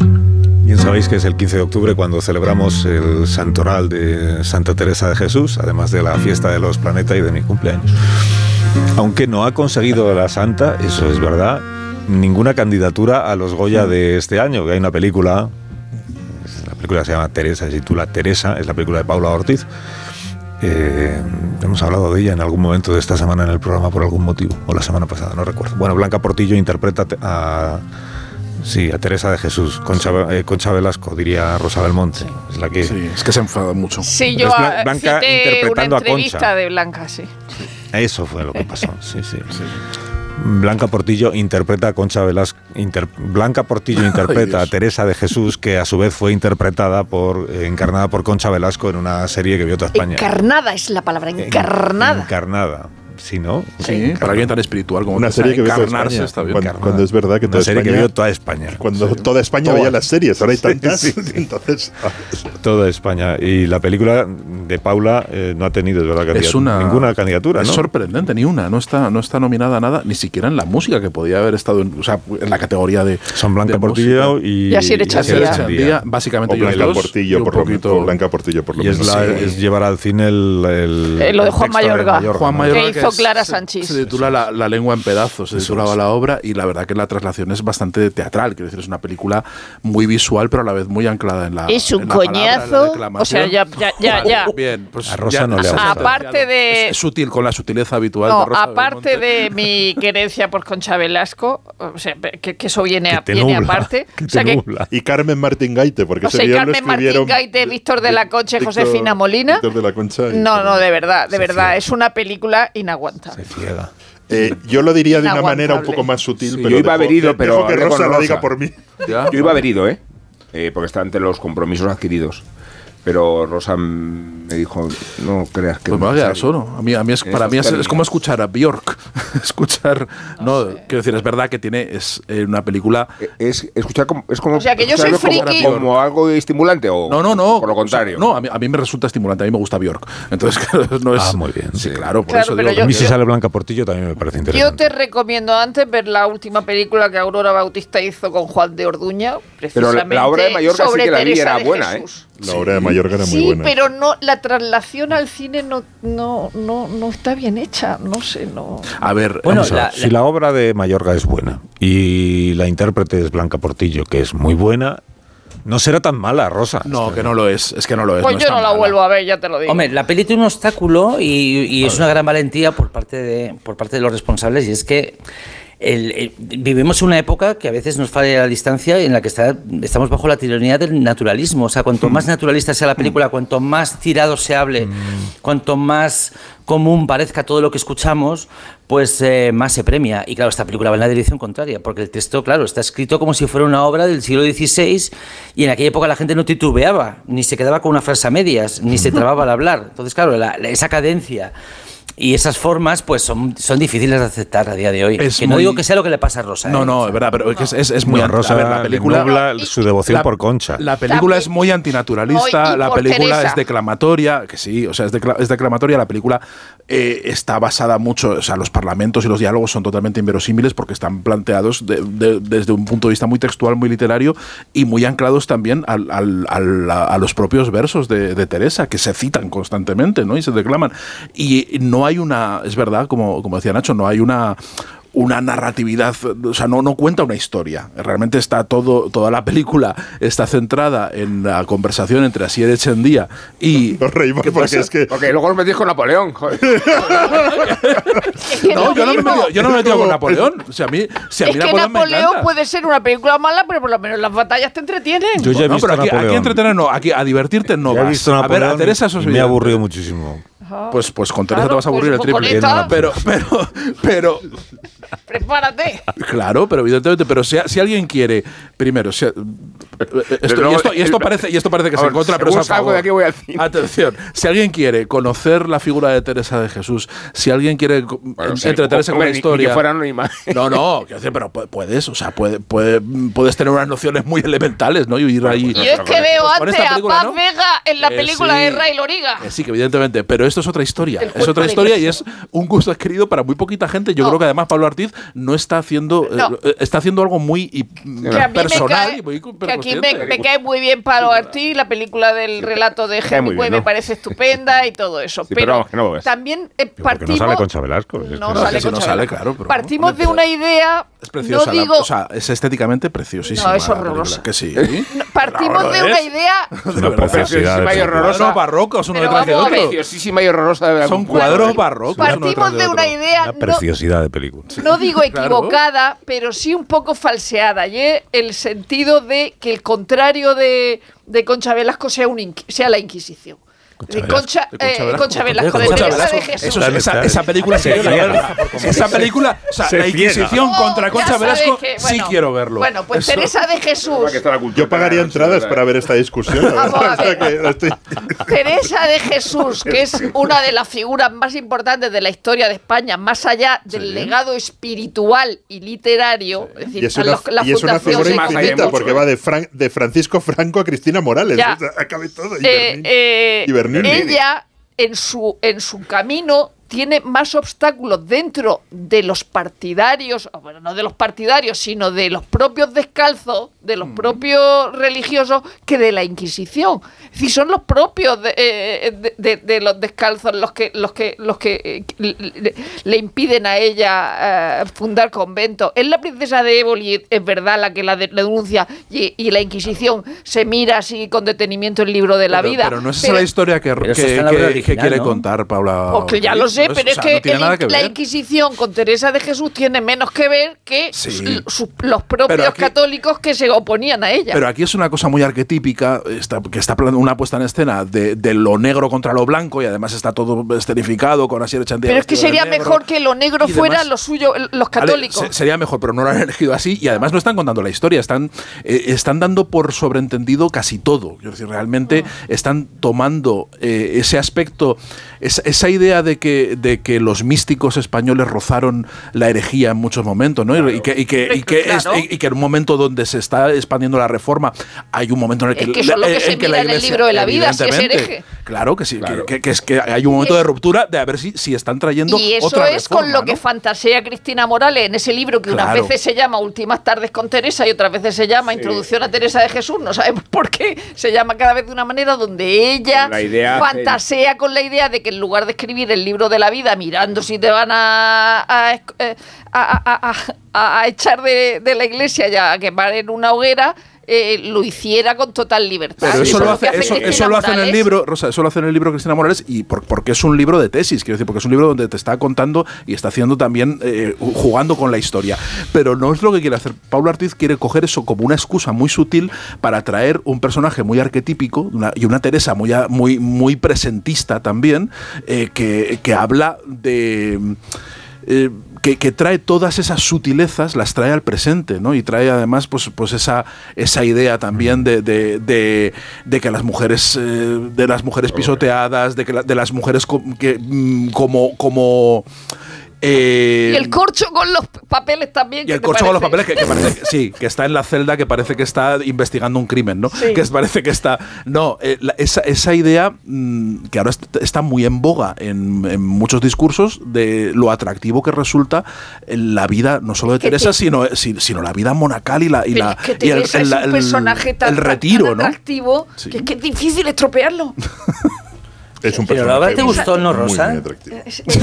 S1: Bien sabéis que es el 15 de octubre cuando celebramos el santoral de Santa Teresa de Jesús, además de la fiesta de los planetas y de mi cumpleaños. Aunque no ha conseguido la santa, eso es verdad, ninguna candidatura a los Goya de este año, que hay una película, es la película que se llama Teresa, se titula Teresa, es la película de Paula Ortiz. Eh, hemos hablado de ella en algún momento de esta semana en el programa por algún motivo, o la semana pasada, no recuerdo. Bueno, Blanca Portillo interpreta te- a, sí, a Teresa de Jesús, Concha, eh, Concha Velasco, diría Rosa Belmonte. Es la que
S3: Sí, es que se enfada mucho.
S2: Sí,
S1: Pero
S2: yo
S1: es
S2: ah,
S1: Blan- Blanca
S2: cité
S1: interpretando a
S2: una entrevista
S1: Concha.
S2: de Blanca, sí.
S1: Eso fue lo que pasó, sí, sí. Blanca Portillo interpreta a Concha Velasco. inter- Blanca Portillo interpreta a
S3: Dios.
S1: Teresa de Jesús, que a su vez fue interpretada por, eh, encarnada por Concha Velasco en una serie que vio toda España.
S2: Encarnada es la palabra, encarnada.
S1: Encarnada. Sí, ¿no?
S3: Sí, para alguien tan espiritual como
S5: Una
S3: tú,
S5: serie que vio toda
S3: encarnarse
S5: España.
S3: está bien.
S5: Cuando, cuando es verdad que
S1: Una
S5: toda
S1: serie que
S5: España,
S1: vio toda España.
S5: cuando toda España
S1: Todas.
S5: veía las series, ahora hay
S1: Sí,
S5: tantas.
S1: sí, sí.
S5: Entonces, ah,
S1: Toda España. Y la película de Paula eh, no ha tenido, es verdad,
S3: Es
S1: candidat-
S3: una,
S1: ninguna candidatura,
S3: Es
S1: ¿no?
S3: sorprendente, ni una. No está, no está nominada a nada, ni siquiera en la música, que podía haber estado en, o sea, en la categoría de.
S1: Son Blanca
S3: de
S1: Portillo
S3: música.
S1: y...
S2: Y Asier
S3: Y Asier
S2: Echandía.
S3: Echandía, básicamente
S5: o
S3: ellos
S5: Blanca
S3: dos, y
S5: Portillo,
S3: un
S5: por lo,
S3: poquito-
S5: o Blanca Portillo, por lo
S1: Y es,
S5: menos.
S1: la-
S5: Sí.
S1: es llevar al cine el, el-
S2: Eh, lo de
S1: el
S2: Juan
S1: texto de
S2: Mayorga.
S3: Juan
S1: ¿no?
S3: Mayorga,
S2: Que hizo
S3: es-
S2: Clara
S3: se-
S2: Sanchis.
S3: Se titula la, La lengua en pedazos, se titulaba la obra y la verdad que la traslación es bastante teatral, quiero decir, es una película muy visual pero a la vez muy anclada en la
S2: Es un
S3: en la palabra, en la
S2: coñazo.
S3: declamación.
S2: O sea, ya- ya- ya-
S3: Vale,
S2: ya.
S3: Bien, pues
S1: A Rosa no le ha
S3: se ha
S1: gustado.
S2: Aparte de-
S3: Es, es sutil con la sutileza habitual
S2: No,
S3: de Rosa
S2: aparte
S3: Belmonte.
S2: de mi querencia por Concha Velasco, o sea, que, que eso viene,
S1: Que
S2: a-
S1: te
S2: viene
S1: nubla,
S2: aparte.
S1: que
S2: o sea,
S1: te
S2: que
S1: nubla.
S5: Y Carmen Martín Gaite, porque
S2: O
S5: ese
S2: sea,
S5: guión
S2: Carmen
S5: lo
S2: Martín
S5: escribieron
S2: Gaite, Víctor de la Concha y
S5: Víctor-
S2: Josefina Molina.
S5: Víctor de la Concha. y-
S2: No, no, de verdad, de
S1: Se
S2: verdad.
S1: ciega.
S2: Es una película inaguantable.
S1: Se ciega.
S5: Eh, yo lo diría de una
S2: Inaguantable.
S5: manera un poco más sutil,
S3: Sí,
S5: pero
S3: yo
S4: iba a haber
S5: dejo-
S4: ido,
S5: dejo
S4: pero
S5: que
S4: hablé con
S5: Rosa lo
S4: Rosa.
S5: diga por mí.
S3: Ya,
S4: Yo iba a haber ido, ¿eh? Eh, Porque está entre los compromisos adquiridos. Pero Rosa me dijo, no creas que...
S3: Pues me
S4: no
S3: va a quedar
S4: sale".
S3: solo. A mí, a mí es,
S4: En
S3: para
S4: esos
S3: mí es, es
S4: términos.
S3: como escuchar a Bjork. escuchar. No, quiero decir, es verdad que tiene. Es eh, una película.
S4: Es escuchar como. Es como
S2: O sea, que yo soy
S4: escucharlo como-
S2: friki.
S4: Como, algo estimulante o.
S3: No, no, no.
S4: Por lo contrario.
S3: O sea, no, a mí, a mí me resulta estimulante. A mí me gusta Bjork. Entonces, claro, no es.
S1: Ah, muy bien.
S3: Sí, claro, por
S2: Claro,
S3: eso
S2: pero
S3: digo.
S1: A
S3: que-
S1: mí si sale Blanca Portillo también me parece
S2: Yo
S1: interesante.
S2: te recomiendo antes ver la última película que Aurora Bautista hizo con Juan de Orduña,
S4: Pero la-
S2: precisamente
S4: la obra de Mallorca sí
S2: sobre
S4: que la vi y
S2: Teresa
S4: era
S2: de
S4: buena, ¿eh?
S2: Jesús.
S5: La obra de Mallorca era muy
S2: sí,
S5: buena.
S2: pero no, la traslación al cine no, no, no, no está bien hecha, no sé, no.
S3: A ver,
S6: Bueno,
S3: vamos a ver.
S6: la-
S1: Si la obra de Mayorga es buena y la intérprete es Blanca Portillo, que es muy buena, no será tan mala, Rosa.
S3: No, que no lo es. Es que no lo es.
S2: Pues
S3: no es
S2: yo
S3: tan
S2: no la
S3: mala.
S2: vuelvo a ver, ya te lo digo.
S6: Hombre, la peli tiene un obstáculo y, y es una gran valentía por parte de, por parte de los responsables y es que el- el- vivimos una época que a veces nos falla la distancia en la que está, estamos bajo la tiranía del naturalismo. O sea, cuanto más naturalista sea la película, cuanto más tirado se hable, cuanto más común parezca todo lo que escuchamos, pues eh, más se premia. Y claro, esta película va en la dirección contraria, porque el texto, claro, está escrito como si fuera una obra del siglo XVI y en aquella época la gente no titubeaba, ni se quedaba con una frase a medias, ni se trababa al hablar. Entonces, claro, la- la- esa cadencia y esas formas, pues son, son difíciles de aceptar a día de hoy.
S3: Es
S6: que no
S3: muy-
S6: digo que sea lo que le pasa a Rosa.
S3: No,
S6: ¿eh?
S3: no, es verdad, pero es, que es- es- es muy
S1: Muy a
S3: anti- a
S1: Rosa
S3: ver, la película
S1: nubla su devoción por Concha.
S3: La película
S2: La
S3: es muy antinaturalista,
S2: Hoy y
S3: la
S2: por
S3: película
S2: Teresa.
S3: es declamatoria, que sí, o sea, es, decla- es declamatoria, la película eh, está basada mucho, o sea, los parlamentos y los diálogos son totalmente inverosímiles porque están planteados de- de- desde un punto de vista muy textual, muy literario y muy anclados también al- al- al- a, a los propios versos de, de Teresa, que se citan constantemente, ¿no? Y se declaman. Y no hay una, es verdad, como, como decía Nacho, no hay una una narratividad, o sea, no, no cuenta una historia. Realmente está todo, toda la película está centrada en la conversación entre Asier Echendía y...
S5: Nos reímos
S3: ¿Qué
S5: porque
S3: pasa?
S5: es que.
S4: Porque luego os metís con Napoleón. joder.
S2: es que
S3: No, yo no
S2: es lo
S3: me he
S2: mismo.
S3: metido, yo no me he metido con Napoleón. O sea, a mí, si a mí
S2: es que
S3: Napoleón me
S2: Napoleón
S3: encanta.
S2: puede ser una película mala, pero por lo menos las batallas te entretienen.
S1: Yo ya he
S3: No,
S1: visto
S3: pero aquí,
S1: Napoleón.
S3: aquí a entretener no, aquí a divertirte no
S1: Ya he
S3: vas.
S1: visto
S3: a ver, a
S1: Napoleón
S3: Teresa eso es
S1: y me ha
S3: evidente.
S1: aburrido muchísimo.
S3: Pues, pues con Teresa
S2: Claro,
S3: te vas a
S2: pues
S3: aburrir el
S2: con
S3: triple.
S2: esta-
S3: Pero, pero, pero,
S2: Prepárate.
S3: Claro, pero evidentemente, pero si, si alguien quiere, primero, si- esto, y,
S4: luego,
S3: esto, y esto
S4: el-
S3: parece, y esto parece que
S4: eh, A
S3: se
S4: ver,
S3: encuentra, pero es
S4: según
S3: a
S4: salgo
S3: favor.
S4: de aquí voy al cine.
S3: Atención, si alguien quiere conocer la figura de Teresa de Jesús, si alguien quiere co- eh,
S4: Bueno, sí,
S3: entretenerse con
S4: hombre,
S3: la
S4: ni- ni
S3: historia,
S4: que fuera anónima.
S3: no, no, quiero decir, pero pu- puedes, o sea, puede, puede- puedes tener unas nociones muy elementales, ¿no? Y ir ahí.
S2: Yo es que veo
S3: Pues con
S2: antes
S3: esta
S2: a
S3: película,
S2: Paz
S3: ¿no?
S2: Vega en la
S3: Eh,
S2: película
S3: sí.
S2: de Ray Loriga.
S3: Eh, sí, que evidentemente, pero esto es otra historia.
S2: El
S3: Es
S2: cuerpo
S3: otra
S2: de
S3: historia y es
S2: Cristo.
S3: un gusto adquirido para muy poquita gente. Yo
S2: No.
S3: creo que además Pablo Artiz no está haciendo eh,
S2: No.
S3: eh, está haciendo algo muy y-
S2: Que a mí me
S3: personal
S2: cae-
S3: y muy cu-
S2: que aquí me,
S3: consciente.
S2: me cae muy bien Palo Ortiz, la película del relato de
S4: cae muy
S2: Hemingway
S4: bien, ¿no?
S2: me parece estupenda y todo eso.
S4: Sí, pero
S2: pero
S4: vamos, que no lo ves.
S2: también eh,
S1: Porque no
S2: partimos.
S1: sale Concha Velasco. es que
S2: No
S3: no,
S2: sale
S3: que si no
S2: Concha
S3: sale,
S2: Velasco.
S3: claro, pero-
S2: Partimos de una idea.
S3: Es preciosa,
S2: no
S3: la-
S2: digo.
S3: o sea, es estéticamente preciosísima.
S2: No, es
S3: la película,
S2: horrorosa.
S3: Que sí.
S2: no, partimos
S3: Claro,
S2: de
S3: ¿lo
S2: una
S3: es?
S2: idea.
S1: Es una preciosidad.
S4: Preciosísima y
S1: de película.
S4: horrorosa.
S3: Cuadros barrocos uno
S2: Pero
S3: detrás de
S2: vamos a
S3: otro.
S2: ver.
S4: Preciosísima y horrorosa. de
S3: Son
S4: algún cuadro.
S3: cuadros barrocos. uno
S2: Partimos
S3: detrás
S2: de una
S3: otro.
S2: idea.
S1: Una
S2: no-
S1: preciosidad de película.
S2: no digo
S3: Claro.
S2: equivocada, pero sí un poco falseada. Y es el sentido de que el contrario de, de Concha Velasco sea, un inqui- sea la Inquisición. De Concha,
S3: De Concha
S2: eh,
S3: Velasco.
S2: Concha Velasco, de
S6: Concha
S2: Teresa de
S3: Velasco.
S2: Jesús.
S3: Eso es- esa, esa película
S1: Se
S3: se quiero
S1: ciega.
S3: verla. Esa película, o sea,
S1: Se
S3: la
S1: ciega.
S3: Inquisición
S2: Oh,
S3: contra
S2: ya
S3: Concha
S2: sabes
S3: Velasco,
S2: que-
S3: sí
S2: bueno,
S3: quiero verlo.
S2: Bueno, pues
S3: Eso-
S2: Teresa de Jesús.
S4: Que está la cultura ¿eh?
S5: Yo pagaría
S4: catalana,
S5: entradas
S4: ¿verdad?
S5: para ver esta discusión. la
S2: Vamos
S5: verdad.
S2: a ver.
S5: O sea que estoy-
S2: Teresa de Jesús, que es una de las figuras más importantes de la historia de España, más allá del legado espiritual y literario, es decir,
S5: Y es una,
S2: los- la
S5: y es una
S2: fundación
S5: figura
S2: se
S4: Concha.
S5: infinita
S2: convirtió-
S5: porque va de, Fran- de Francisco Franco a Cristina Morales.
S2: Ya.
S5: O sea, acabe todo. y
S2: Eh,
S5: Berlín.
S2: eh,
S5: Y Bernini.
S2: ella en su, en su camino tiene más obstáculos dentro de los partidarios, o bueno, no de los partidarios, sino de los propios descalzos, de los propios religiosos, que de la Inquisición. Es decir, son los propios de, eh, de- de- de los descalzos los que, los que, los que eh, le, le impiden a ella eh, fundar conventos. Es la princesa de Éboli, es verdad, la que la de- denuncia y, y la Inquisición se mira así con detenimiento el libro de la
S3: pero-
S2: vida.
S3: Pero no es esa la historia que,
S6: Pero eso
S3: que-
S6: está en la
S3: que-
S6: obra
S3: que
S6: original,
S3: quiere
S6: ¿no?
S3: contar Paula.
S2: Porque Oh, ya lo sé, sé,
S3: Claro,
S2: pero
S3: o
S2: es
S3: sea,
S2: que,
S3: no tiene
S2: el-
S3: nada que
S2: la
S3: ver.
S2: Inquisición con Teresa de Jesús tiene menos que ver que
S3: Sí.
S2: su- su- los propios
S3: Pero aquí-
S2: católicos que se oponían a ella.
S3: Pero aquí es una cosa muy arquetípica, está, que está plan- una puesta en escena de, de lo negro contra lo blanco y además está todo escenificado con Asier Echandía.
S2: Pero es que
S3: vestido de
S2: sería
S3: negro.
S2: mejor que lo negro
S3: y
S2: fuera
S3: demás.
S2: lo suyo, los
S3: Ale,
S2: católicos.
S3: se- sería mejor, pero no lo han elegido así y además no están contando la historia, están, eh, están dando por sobreentendido casi todo. Es decir, realmente
S2: Mm.
S3: están tomando eh, ese aspecto, esa, esa idea de que, de que los místicos españoles rozaron la herejía en muchos momentos, ¿no? Y- Y, que, y, que, y que es-
S2: Claro.
S3: y- y que en un momento donde se está expandiendo la reforma, hay un momento en el que,
S2: Es que eso es lo que
S3: en
S2: se mira en el libro de la vida, si es
S3: evidentemente,
S2: hereje.
S3: Claro que sí, que-
S4: Claro.
S3: Que, que es que hay un momento
S2: Es-
S3: de ruptura de a ver si, si están trayendo
S2: Y eso
S3: otra
S2: es con
S3: reforma,
S2: lo que
S3: ¿no?
S2: fantasea Cristina Morales en ese libro que unas
S3: Claro.
S2: veces se llama Últimas tardes con Teresa y otras veces se llama Introducción a Teresa de Jesús. No sabemos por qué se llama cada vez de una manera donde ella
S4: Con la idea-
S2: fantasea con la idea de que en lugar de escribir el libro de la vida mirando si te van a, a, esc- eh, a- a- a- a- a echar de, de la iglesia y a quemar en una hoguera. eh, lo hiciera con total libertad.
S3: Pero eso,
S2: es
S3: lo hace,
S2: Ah, que
S3: eso,
S2: Cristina
S3: eso lo hace en el
S2: Morales.
S3: libro, Rosa, eso lo hace en el libro Cristina Morales y por- porque es un libro de tesis, quiero decir, porque es un libro donde te está contando y está haciendo también eh, jugando con la historia. Pero no es lo que quiere hacer. Pablo Artiz quiere coger eso como una excusa muy sutil para traer un personaje muy arquetípico una- y una Teresa muy, a- muy, muy presentista también, eh, que, que habla de eh, que, que trae todas esas sutilezas, las trae al presente, ¿no? Y trae además, pues, pues esa, esa idea también de, de- de- de que las mujeres, eh, de las mujeres pisoteadas, de, que la- de las mujeres co- que, mm, como... como eh,
S2: Y el corcho con los papeles también.
S3: y el
S2: ¿qué te
S3: corcho con los
S2: parece?
S3: papeles que, que parece que, sí, que está en la celda, que parece que está investigando un crimen, ¿no? Que es- parece que está. No, eh, la- esa, esa idea mm, que ahora est- está muy en boga en, en muchos discursos de lo atractivo que resulta en la vida, no solo de
S2: Que
S3: Teresa,
S2: te-
S3: sino, eh, si- sino la vida monacal y la. Y,
S2: Pero
S3: la,
S2: es que
S3: y el,
S2: Teresa
S3: el-
S2: es un
S3: el-
S2: personaje tan,
S3: el
S2: tan-
S3: retiro,
S2: tan
S3: ¿no?
S2: atractivo
S3: Sí.
S2: que, que es difícil estropearlo.
S5: Es un
S6: Pero
S5: personaje
S6: la verdad te
S5: muy-
S6: gustó, ¿no,
S5: muy,
S6: Rosa?
S5: muy atractivo.
S2: Es- es-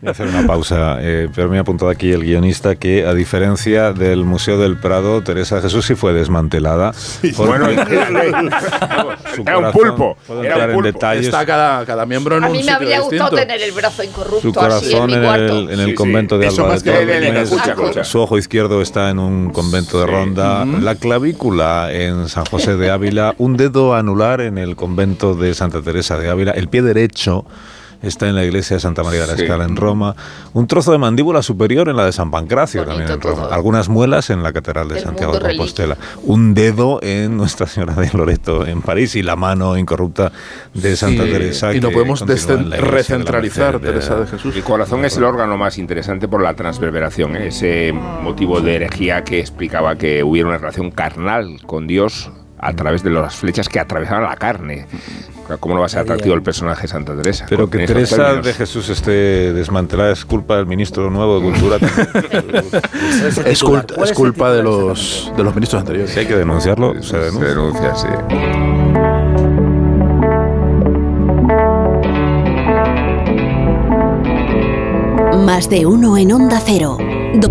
S1: Voy a hacer una pausa, eh, pero me ha apuntado aquí el guionista que, a diferencia del Museo del Prado, Teresa Jesús sí fue desmantelada. porque
S4: Bueno,
S1: su
S4: era un
S1: corazón-
S4: pulpo.
S1: puedo
S4: Era
S1: entrar
S4: un
S1: en
S4: pulpo.
S1: detalles.
S3: Está cada, cada miembro en
S2: a
S3: un
S2: mí me
S3: sitio
S2: habría gustado
S3: distinto.
S2: tener el brazo
S1: Su
S2: incorrupto así en
S1: corazón
S2: mi
S1: en
S2: cuarto.
S1: el, en el
S4: Sí, sí.
S1: convento de
S5: Eso
S1: Álvaro
S5: más que
S1: de
S5: en el- en
S1: Tormes,
S4: escucha, escucha.
S1: Su ojo izquierdo está en un convento de
S4: Sí.
S1: Ronda. La clavícula en San José de Ávila. Un dedo anular en el convento de Santa Teresa de Ávila. El pie derecho está en la iglesia de Santa María de la
S4: Sí.
S1: Escala en Roma. Un trozo de mandíbula superior en la de San Pancracio
S2: Bonito
S1: también en Roma.
S2: todo.
S1: Algunas muelas en la catedral de
S2: El
S1: Santiago de
S2: mundo
S1: Compostela. Un dedo en Nuestra Señora de Loreto en París y la mano incorrupta de Santa
S3: Sí,
S1: Teresa.
S3: y no
S1: que
S3: podemos
S1: continúa
S3: descen-
S1: en la iglesia de la
S3: recentralizar
S1: Merced de-
S3: Teresa de Jesús.
S4: El corazón es el órgano más interesante por la transverberación, ¿eh? ese motivo de herejía que explicaba que hubiera una relación carnal con Dios a través de las flechas que atravesaban la carne. Claro, ¿Cómo no va a ser atractivo el personaje de Santa Teresa?
S1: Pero
S4: Con-
S1: que
S4: en esos
S1: Teresa
S4: términos.
S1: de Jesús esté desmantelada es culpa del ministro nuevo de Cultura.
S6: ¿Cuál el
S3: Es,
S6: titular?
S3: cult-
S6: ¿Cuál
S3: es
S6: el
S3: culpa de
S6: titular
S3: los, de los ministros anteriores.
S1: si hay que denunciarlo, se
S4: Se
S1: denuncia.
S4: denuncia, sí.
S7: Más de uno en Onda Cero. Do-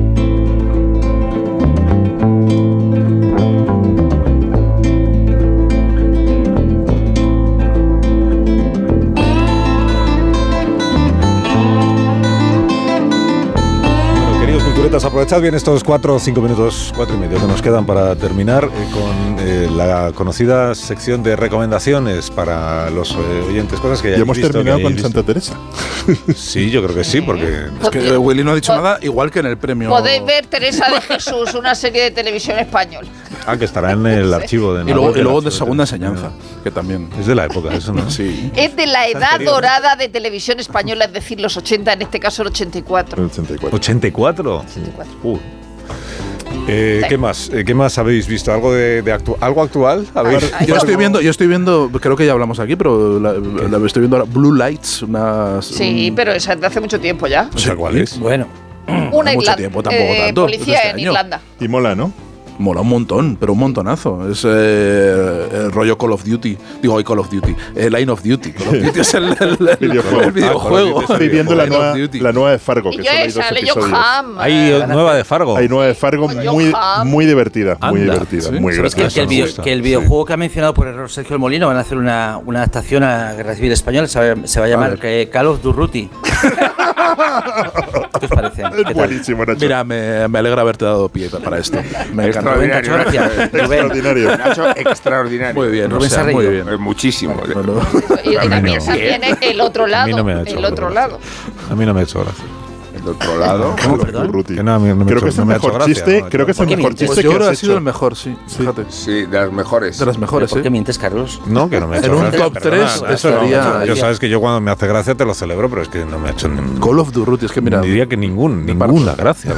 S1: Bueno, queridos culturetas, aprovechad bien estos cuatro o cinco minutos, cuatro y medio que nos quedan para terminar eh, con eh, la conocida sección de recomendaciones para los eh, oyentes, cosas que ya
S5: Y hemos
S1: visto, que
S5: terminado
S1: hayáis
S5: con
S1: visto.
S5: Santa Teresa.
S1: Sí, yo creo que sí, porque
S3: Es que eh, Willy no ha dicho nada, igual que en el premio.
S2: Podéis ver Teresa de Jesús, una serie de televisión española.
S1: ah, que estará en el archivo de
S3: Y luego,
S1: Navarra,
S3: y luego de
S1: absolutamente.
S3: segunda enseñanza, que también.
S1: Es de la época, eso no.
S3: Sí.
S2: Es de la edad
S1: anterior, ¿no?
S2: dorada de televisión española, es decir, los 80, en este caso el 84.
S5: El 84.
S1: 84.
S3: Mm.
S2: 84.
S1: Uh. Eh, ¿Qué más? Eh, ¿Qué más habéis visto? ¿Algo de, de actu- algo actual? ¿Habéis-
S2: Ay, ay,
S3: Yo
S2: Bueno.
S3: estoy viendo, yo estoy viendo, creo que ya hablamos aquí, pero la, la estoy viendo ahora, Blue Lights, una.
S2: Sí, pero esa es de hace mucho tiempo ya.
S1: ¿Esa cuál es?
S6: Bueno,
S2: Una
S3: Mm, mucho
S2: Irlanda. eh,
S3: tiempo, tampoco tanto,
S2: policía
S3: desde este
S2: en
S3: año.
S2: Irlanda.
S5: Y mola, ¿no?
S3: Mola un montón, pero un montonazo. Es eh, el rollo Call of Duty. Digo, hoy Call of Duty. Eh, Line of Duty. Call of Duty es el, el- el-
S5: Videojuego. Ah,
S3: el videojuego.
S5: Estoy viendo la
S3: Line of
S5: nueva,
S3: Duty.
S5: la nueva de Fargo, que
S2: Y yo
S5: solo hay dos
S2: esa, le yo
S5: episodios.
S2: Ham.
S1: Hay
S2: eh,
S1: eh, nueva de Fargo.
S5: Hay nueva de Fargo muy,
S2: Ham.
S5: muy divertida, muy
S1: Anda,
S5: divertida,
S1: ¿sí?
S5: muy
S1: ¿Sabes
S6: Que, que
S5: graciosa.
S6: el
S1: nos
S6: video-
S1: gusta,
S6: que el videojuego que ha mencionado por error Sergio El Molino van a hacer una, una adaptación a Guerra Civil Española, se va, se va a llamar eh, Call of Durruti. ¿Qué os parece? Este, ¿Qué
S5: Es
S6: tal?
S5: buenísimo, Nacho.
S3: Mira, me, me alegra haberte dado pie para esto. Me encanta.
S6: Rubén, muchas
S4: Extraordinario.
S6: gracias. Rubén,
S5: Extraordinario.
S4: Nacho, extraordinario.
S3: Muy bien, o
S6: Rubén
S3: sea,
S6: se ha
S3: muy
S6: reído.
S3: bien.
S4: Eh, Muchísimo.
S2: Y
S4: Al
S2: también
S4: menos.
S2: se viene el otro
S1: A mí
S2: lado.
S1: no me ha hecho
S2: el otro
S1: gracia.
S2: lado.
S1: A mí no me ha hecho gracia.
S4: El otro lado.
S6: ¿Cómo, perdón?
S5: Urruti.
S1: Que no, a mí no me ha
S5: creo
S1: hecho-
S5: que es
S1: no
S5: el
S1: me ha hecho
S5: mejor
S1: gracia,
S5: chiste,
S1: no,
S5: creo que es el
S6: ¿por qué
S5: mejor
S6: mientes?
S5: chiste
S3: Pues
S5: que
S3: yo creo que
S5: has
S3: ha sido
S5: hecho.
S3: el mejor, sí. Fíjate.
S4: Sí, de las mejores.
S3: De las mejores,
S6: ¿Por
S3: ¿eh?
S6: qué mientes, Carlos?
S1: No, que no me ha hecho
S3: En un
S1: gracia,
S3: top
S1: perdona,
S3: tres,
S1: no,
S3: eso
S1: no,
S3: haría-
S1: no, Yo sabes que yo cuando me hace gracia te lo celebro, pero es que no me ha hecho ni,
S3: Call of Duty, es que mira.
S1: diría que ningún,
S3: parto.
S1: ninguna gracia.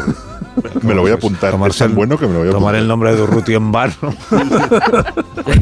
S1: Pues,
S5: Me lo voy a apuntar, es tan
S1: el-
S5: bueno que me lo voy a
S1: tomar
S5: apuntar.
S1: el nombre de Durruti en vano.
S4: Con el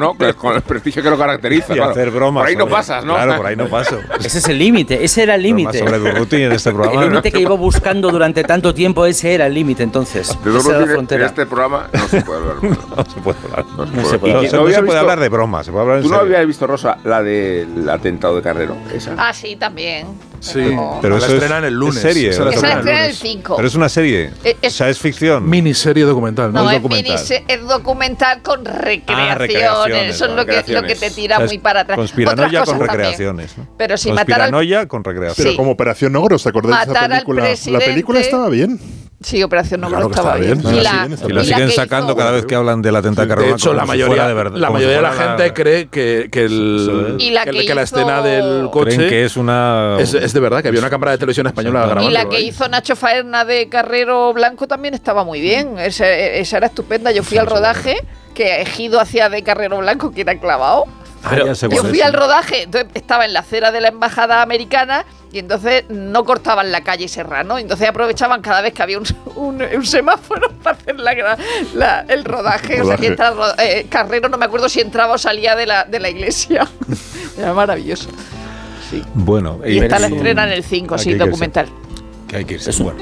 S4: ¿no? Con el- Con el prestigio que lo caracteriza.
S1: y
S4: claro.
S1: hacer bromas.
S4: Por ahí no
S1: sobre-
S4: pasas, ¿no?
S1: Claro, por ahí no paso.
S6: Ese es el límite, ese era el
S1: Bromas
S6: límite.
S1: sobre Durruti en este
S6: El
S1: programa. ¿no?
S6: límite que iba buscando durante tanto tiempo, ese era el límite entonces.
S4: Ah, De
S6: Esa era la
S4: Dorothy en
S6: frontera.
S4: este programa no se puede hablar. hermano.
S1: No se puede hablar.
S4: No se
S6: No
S4: puede,
S6: se puede
S4: Y
S1: No,
S6: hablar.
S4: que
S1: se-
S4: no
S1: no
S4: había
S1: se puede
S4: visto-
S1: hablar de bromas, se puede hablar en
S4: Tú no
S1: serio.
S4: habías visto, Rosa, la del atentado de Carrero. Esa.
S2: Ah, sí, también.
S3: Sí,
S1: Pero
S3: la
S1: eso es-
S3: estrenan el lunes.
S1: es serie,
S3: Esa la
S1: ¿verdad?
S2: Esa
S3: estrenan
S2: la
S3: el
S2: estrena el
S3: lunes.
S2: 5.
S1: Pero es una serie.
S2: Eh, es-
S1: o sea, es ficción.
S3: Miniserie documental, ¿no?
S2: No,
S1: es
S2: es,
S1: documental. Ah,
S2: minise- es documental con recreaciones.
S1: recreaciones,
S2: Eso es lo que, lo que te
S4: recreaciones.
S2: tira
S1: O sea, es
S2: muy para atrás.
S1: Conspiranoia
S2: Otras
S1: con
S2: cosas también.
S1: recreaciones. ¿no?
S2: Pero si matar al-
S1: Conspiranoia con recreaciones.
S5: Pero
S2: Sí.
S5: como Operación Ogro, ¿os acordáis de esa
S2: Matar al
S5: película? La
S2: presidente.
S5: película estaba bien.
S2: Sí, Operación no
S3: Claro que
S2: estaba
S3: está
S2: bien.
S3: bien,
S2: Y
S5: está
S2: la,
S5: bien, está
S1: Y
S5: bien.
S1: la
S2: y la
S1: siguen
S2: que
S1: sacando
S2: hizo-
S1: cada vez que hablan del atentado de
S3: De
S1: Carrera.
S3: hecho, la mayoría, la, mayoría de la gente cree que, que, el,
S2: Y la
S3: que,
S2: que
S3: que la
S2: hizo-
S3: escena del coche
S1: Creen que es una.
S3: es, es de verdad, que había una cámara de televisión española grabando.
S2: Y la
S1: ¿eh?
S2: que hizo Nacho Faerna de Carrero Blanco también estaba muy
S1: Mm.
S2: bien. Esa, esa era estupenda. Yo fui al rodaje que Ejido hacía de Carrero Blanco, que era clavado.
S1: Ah, ya sé
S2: Yo
S1: cuál
S2: fui
S1: es.
S2: al rodaje, entonces estaba en la acera de la embajada americana y entonces no cortaban la calle Serrano, entonces aprovechaban cada vez que había un, un- un semáforo para hacer la, gra- la- el rodaje. O sea, que entra
S5: Rodaje.
S2: ro- eh, Carrero, no me acuerdo si entraba o salía de la, de la iglesia. Era maravilloso.
S1: Bueno,
S2: Y está la
S1: eh,
S2: estrena en el 5,
S1: aquí
S2: sí,
S1: hay que irse,
S2: documental.
S1: que hay que irse.
S6: Es un-
S1: Bueno,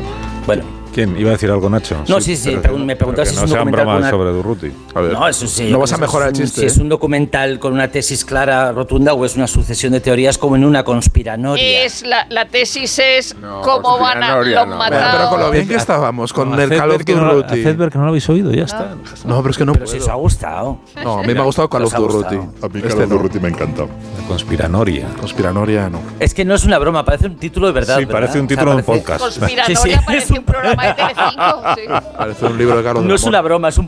S6: Bueno,
S1: ¿quién iba a decir algo, Nacho?
S6: No, sí, sí,
S1: pero que-
S6: pregun- me
S1: pero
S6: preguntaba
S1: que
S6: si es
S1: no
S6: un
S1: sean
S6: documental
S1: bromas
S6: con
S1: sobre Durruti.
S3: A ver.
S6: No, eso sí.
S3: No vas a
S6: es
S3: mejorar el
S6: un-
S3: chiste,
S6: Si
S3: ¿eh?
S6: es un documental con una tesis clara, rotunda, o es una sucesión de teorías como en una conspiranoia.
S2: Es la, la tesis es
S4: No,
S2: cómo van a
S4: Noria,
S2: los
S4: no.
S3: Pero, pero con lo
S2: matados.
S3: bien que estábamos, con el
S1: Haced
S3: Call of
S1: ver que no lo-
S3: Duty.
S1: haced ver que no lo habéis oído, ya está.
S3: No, pero es que no
S6: Pero si
S3: puedo.
S6: os ha gustado.
S3: No, a mí me ha gustado Call
S6: Os
S3: of
S6: ha
S3: Duty.
S6: gustado.
S5: A mí
S3: Este
S5: Carlos
S3: no.
S5: Durruti me ha encantado.
S1: La conspiranoria.
S3: Conspiranoria, no.
S6: Es que no es una broma, parece un título de verdad.
S1: sí,
S6: ¿verdad?
S1: parece un
S6: O sea,
S1: título de un
S6: parece-
S1: podcast.
S6: Sí,
S2: Conspiranoia
S6: sí.
S2: parece un programa de Telecinco. sí.
S3: Parece un libro de Carlos
S6: No es una
S3: Ramón.
S6: broma, es un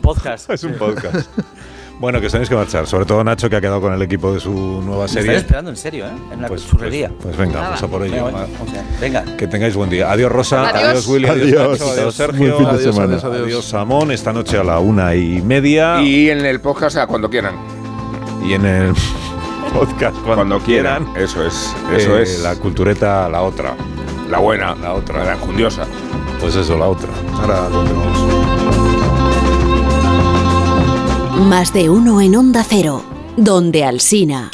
S6: podcast.
S1: Es un podcast. Bueno, que os tenéis que marchar. Sobre todo Nacho, que ha quedado con el equipo de su nueva
S6: Me están
S1: serie.
S6: esperando en serio, ¿eh? En la
S1: Pues,
S6: churrería.
S1: pues- pues venga,
S2: Nada.
S1: vamos a por
S6: Venga,
S1: ello.
S6: venga, vamos allá. venga.
S1: Que tengáis buen día. Adiós, Rosa. Adiós,
S2: Adiós.
S1: Willy. Adiós,
S5: Adiós.
S1: Nacho, adiós, Sergio.
S5: Buen fin de
S3: Adiós,
S5: semana.
S3: adiós, adiós.
S1: Adiós, Samón. Esta noche a la una y media. Y,
S4: Y en el podcast, a cuando quieran.
S1: en el podcast cuando,
S4: Cuando
S1: quieran.
S4: quieran. Eso es. Eso
S1: eh,
S4: es.
S1: La cultureta, la otra.
S4: la buena. La otra. La jundiosa.
S1: Pues eso, la otra. Ahora continuamos.
S7: Más de uno en Onda Cero, donde Alsina.